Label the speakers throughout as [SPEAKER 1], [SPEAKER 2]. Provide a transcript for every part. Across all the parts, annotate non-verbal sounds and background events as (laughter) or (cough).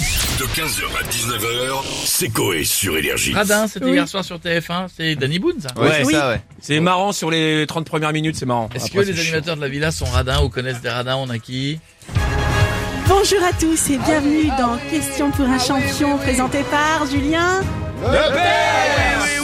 [SPEAKER 1] De 15h à 19h, c'est Coé sur Énergie.
[SPEAKER 2] Radin, c'était
[SPEAKER 3] Oui.
[SPEAKER 2] hier soir sur TF1, c'est Danny Boone ça.
[SPEAKER 4] Ouais,
[SPEAKER 3] Oui.
[SPEAKER 4] ça, ouais. C'est marrant sur les 30 premières minutes, c'est marrant.
[SPEAKER 2] Est-ce que
[SPEAKER 4] Après,
[SPEAKER 2] les
[SPEAKER 4] c'est
[SPEAKER 2] animateurs de la villa sont radins ou connaissent des radins On a qui
[SPEAKER 3] Bonjour à tous et bienvenue dans Question pour un champion présenté par Julien.
[SPEAKER 2] Oui,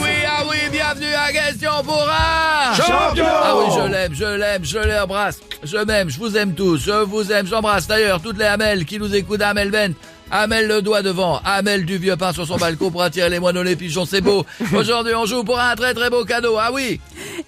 [SPEAKER 2] oui, ah oui, bienvenue à Question pour un Champion Ah oui, je l'aime, je l'aime, je l'embrasse, je m'aime, je vous aime tous, je vous aime, j'embrasse d'ailleurs toutes les Amel qui nous écoutent, Amel Ben. Amel le doigt devant, Amel du vieux pain sur son balcon pour attirer les moineaux, les pigeons, c'est
[SPEAKER 4] (laughs)
[SPEAKER 2] beau. Aujourd'hui, on joue pour un très très beau cadeau. Ah oui,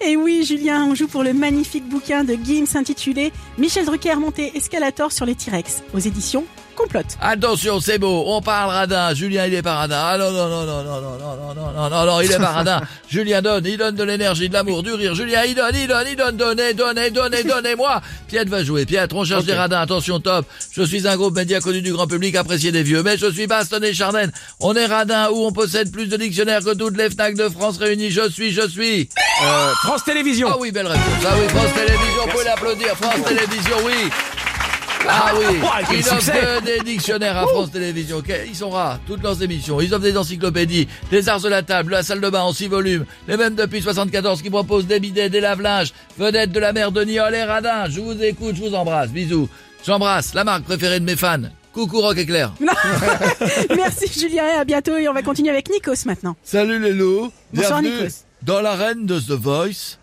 [SPEAKER 3] Et oui, Julien, on joue pour le magnifique bouquin de Gims intitulé Michel Drucker monté escalator sur les T-Rex aux éditions (laughs) Complote.
[SPEAKER 2] Attention, c'est beau, on parle radin. Julien, il est pas radin. Ah non, non, non, non, non, non, non, non, non, non, non, non, il est pas radin. Julien donne, il donne de l'énergie, de l'amour, du rire. Julien, il donne, il donne, il donne, donnez, donnez, donnez, donnez-moi. Pietre va jouer. Pietre, on cherche des radins. Attention, top. Je suis un groupe média connu du grand public, apprécié des vieux. Mais je suis bastonné, Charden. On est radin où on possède plus de dictionnaires que toutes les FNAC de France réunies. Je suis, je suis.
[SPEAKER 4] chaud. Euh, France Télévisions.
[SPEAKER 2] Ah oui, belle réponse. Ah oui, France Télévisions, vous pouvez l'applaudir. France Télévisions, oui. Ah oui,
[SPEAKER 4] Ah, quel
[SPEAKER 2] ils offrent
[SPEAKER 4] succès.
[SPEAKER 2] euh, des dictionnaires à France Télévisions. Ok, Ils sont rares, toutes leurs émissions. Ils offrent des encyclopédies, des arts de la table, la salle de bain en six volumes. Les mêmes depuis 74 qui proposent des bidets, des lave-linges, vedettes de la mer de Niol et Radin. Je vous écoute, je vous embrasse. Bisous. J'embrasse la marque préférée de mes fans. Coucou Rock Éclair.
[SPEAKER 3] Merci Julien et à bientôt et on va continuer avec Nikos maintenant.
[SPEAKER 2] Salut les loups.
[SPEAKER 3] Bonsoir,
[SPEAKER 2] Bienvenue
[SPEAKER 3] Nikos.
[SPEAKER 2] dans l'arène de The Voice,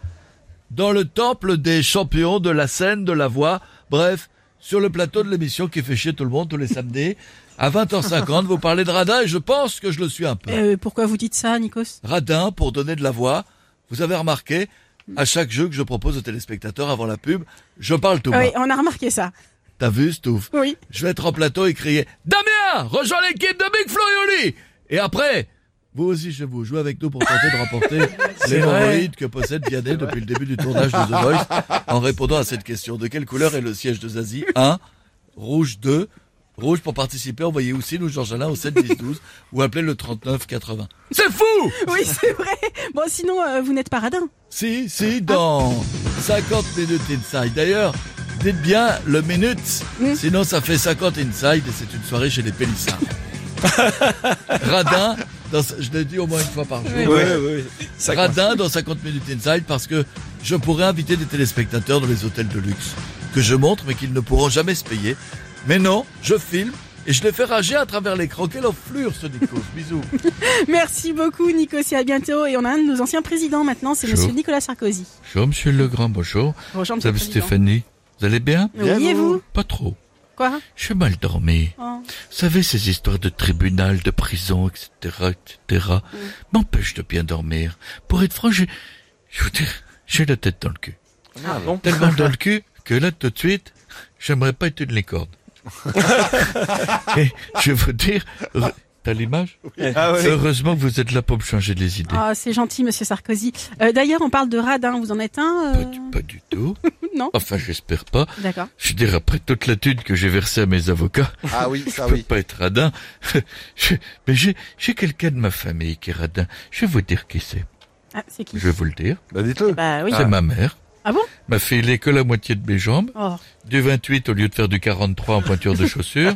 [SPEAKER 2] dans le temple des champions de la scène, de la voix, bref, sur le plateau de l'émission qui fait chier tout le monde tous les samedis. À 20h50, vous parlez de Radin et je pense que je le suis un peu.
[SPEAKER 3] Euh, pourquoi vous dites ça, Nikos
[SPEAKER 2] Radin, pour donner de la voix, vous avez remarqué, à chaque jeu que je propose aux téléspectateurs avant la pub, je parle tout bas.
[SPEAKER 3] Oui, on a remarqué ça.
[SPEAKER 2] T'as vu, Stouff
[SPEAKER 3] Oui.
[SPEAKER 2] je vais être en plateau et crier Damien, rejoins l'équipe de Big Flo et Oli Et après, vous aussi chez vous, jouez avec nous pour tenter de remporter (laughs) les l'hémorroïde que possède Vianney depuis le début du tournage de The (laughs) Voice en répondant à cette question. De quelle couleur est le siège de Zazie 1, rouge 2, rouge pour participer, envoyez aussi nous Georges Alain au 7 10 12 ou appelez le 39 80. C'est fou
[SPEAKER 3] (laughs) Oui, c'est vrai. Bon, sinon, euh, vous n'êtes pas radin.
[SPEAKER 2] si, si, dans 50 minutes inside. D'ailleurs, dites bien le minute,
[SPEAKER 3] Mm.
[SPEAKER 2] sinon ça fait 50 inside et c'est une soirée chez les Pélissards. Radin, dans, sa- je l'ai dit au moins une fois par jour.
[SPEAKER 4] Ah Ouais, ouais. Ça commence.
[SPEAKER 2] Radin dans 50 minutes inside parce que je pourrais inviter des téléspectateurs dans les hôtels de luxe que je montre mais qu'ils ne pourront jamais se payer. Mais non, je filme et je les fais rager à travers l'écran. Quelle enflure ce Nikos. Bisous.
[SPEAKER 3] Merci beaucoup, Nikos et à bientôt. Et on a un de nos anciens présidents maintenant, c'est
[SPEAKER 2] Bonjour.
[SPEAKER 3] monsieur Nicolas Sarkozy.
[SPEAKER 2] Bonjour, monsieur le grand bonjour.
[SPEAKER 3] Bonjour,
[SPEAKER 2] Vous avez Stéphanie. Vous allez bien?
[SPEAKER 3] Oui, et vous
[SPEAKER 2] Pas trop.
[SPEAKER 3] Quoi
[SPEAKER 2] Je suis mal dormi.
[SPEAKER 3] Oh.
[SPEAKER 2] Vous savez, ces histoires de tribunal, de prison, etc., etc.,
[SPEAKER 3] Mm.
[SPEAKER 2] m'empêchent de bien dormir. Pour être franc, j'ai, je vous dire, j'ai la tête dans le cul.
[SPEAKER 4] Ah, bon.
[SPEAKER 2] Tellement dans le cul que là, tout de suite, j'aimerais pas être une licorne. Et je veux dire, heure- t'as l'image?
[SPEAKER 4] Ah ouais.
[SPEAKER 2] Heureusement que vous êtes là pour me changer les idées.
[SPEAKER 3] Ah, c'est gentil, monsieur Sarkozy. Euh, D'ailleurs, on parle de radin, vous en êtes un
[SPEAKER 2] Pas,
[SPEAKER 3] euh,
[SPEAKER 2] du, pas du tout.
[SPEAKER 3] (laughs) Non
[SPEAKER 2] Enfin, j'espère pas.
[SPEAKER 3] D'accord.
[SPEAKER 2] Je veux dire, après toute la thune que j'ai versée à mes avocats,
[SPEAKER 5] Ah oui, ça
[SPEAKER 2] Je peux
[SPEAKER 5] oui.
[SPEAKER 2] pas être radin. (laughs) Je- mais j'ai, j'ai quelqu'un de ma famille qui est radin. Je vais vous dire qui c'est.
[SPEAKER 3] Ah, c'est qui
[SPEAKER 2] Je vais vous le dire.
[SPEAKER 5] Bah dites-le.
[SPEAKER 3] Bah oui.
[SPEAKER 2] C'est ma mère.
[SPEAKER 3] Ah bon
[SPEAKER 2] M'a filé que la moitié de mes jambes.
[SPEAKER 3] Oh.
[SPEAKER 2] Du 28 au lieu de faire du 43 en pointure de
[SPEAKER 5] (laughs)
[SPEAKER 2] chaussures.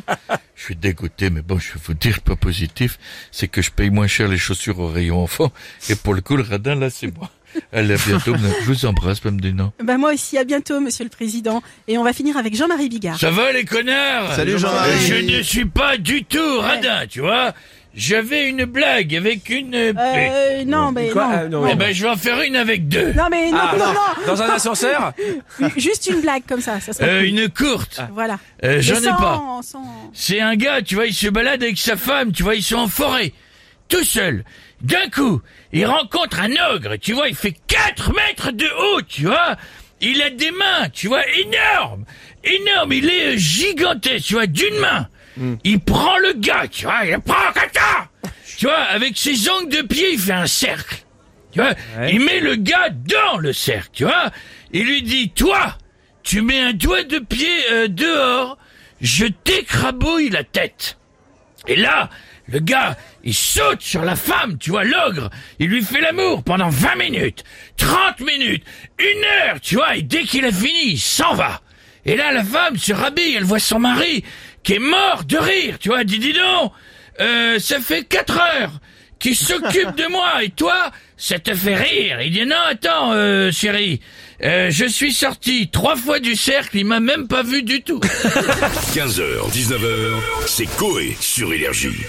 [SPEAKER 2] je suis dégoûté, mais bon, je vais vous dire, le point positif, c'est que je paye moins cher les chaussures au rayon enfant. Et pour le coup, le radin, là, c'est moi. Allez, à
[SPEAKER 5] (laughs)
[SPEAKER 2] bientôt. madame. Je vous embrasse, même des noms.
[SPEAKER 3] Bah moi aussi, à bientôt, monsieur le Président. Et on va finir avec Jean-Marie Bigard.
[SPEAKER 2] Ça va, les connards?
[SPEAKER 5] Salut
[SPEAKER 2] Euh,
[SPEAKER 5] Jean-Marie.
[SPEAKER 2] Je ne suis pas du tout radin, tu vois. J'avais une blague avec une... Eh
[SPEAKER 3] Euh, non, mais
[SPEAKER 4] Quoi
[SPEAKER 3] non.
[SPEAKER 4] Ah, non.
[SPEAKER 3] non.
[SPEAKER 4] Eh
[SPEAKER 2] ben, je vais en faire une avec deux.
[SPEAKER 3] Non, mais non,
[SPEAKER 4] Ah,
[SPEAKER 3] non,
[SPEAKER 4] Dans un ascenseur
[SPEAKER 3] non. Juste une blague comme ça, ça serait
[SPEAKER 2] Euh,
[SPEAKER 3] cool.
[SPEAKER 2] une courte.
[SPEAKER 3] Voilà.
[SPEAKER 2] Euh, J'en
[SPEAKER 3] Mais
[SPEAKER 2] ai
[SPEAKER 3] sans-
[SPEAKER 2] pas.
[SPEAKER 3] sans-
[SPEAKER 2] C'est un gars, tu vois, il se balade avec sa femme, tu vois, ils sont en forêt. Tout seul. D'un coup, il rencontre un ogre, tu vois, il fait 4 mètres de haut, tu vois. Il a des mains, tu vois, énormes. Énormes, il est euh, gigantesque, tu vois, d'une main. Il prend le gars, tu vois, il le prend comme ça. Tu vois, avec ses ongles de pied, il fait un cercle. Tu vois, il met le gars dans le cercle, tu vois. Il lui dit, toi, tu mets un doigt de pied euh, dehors, je t'écrabouille la tête. Et là, le gars, il saute sur la femme, tu vois, l'ogre. Il lui fait l'amour pendant 20 minutes, 30 minutes, une heure, tu vois, et dès qu'il a fini, il s'en va. Et là, la femme se rhabille, elle voit son mari qui est mort de rire, tu vois, elle dit, dis donc,
[SPEAKER 1] euh, ça fait quatre heures qu'il s'occupe de moi et toi, ça te fait rire. Il dit non, attends, euh, chérie, euh, je suis sorti trois fois du cercle, il m'a même pas vu du tout.
[SPEAKER 6] 15h, 19h, c'est Coé sur Énergie.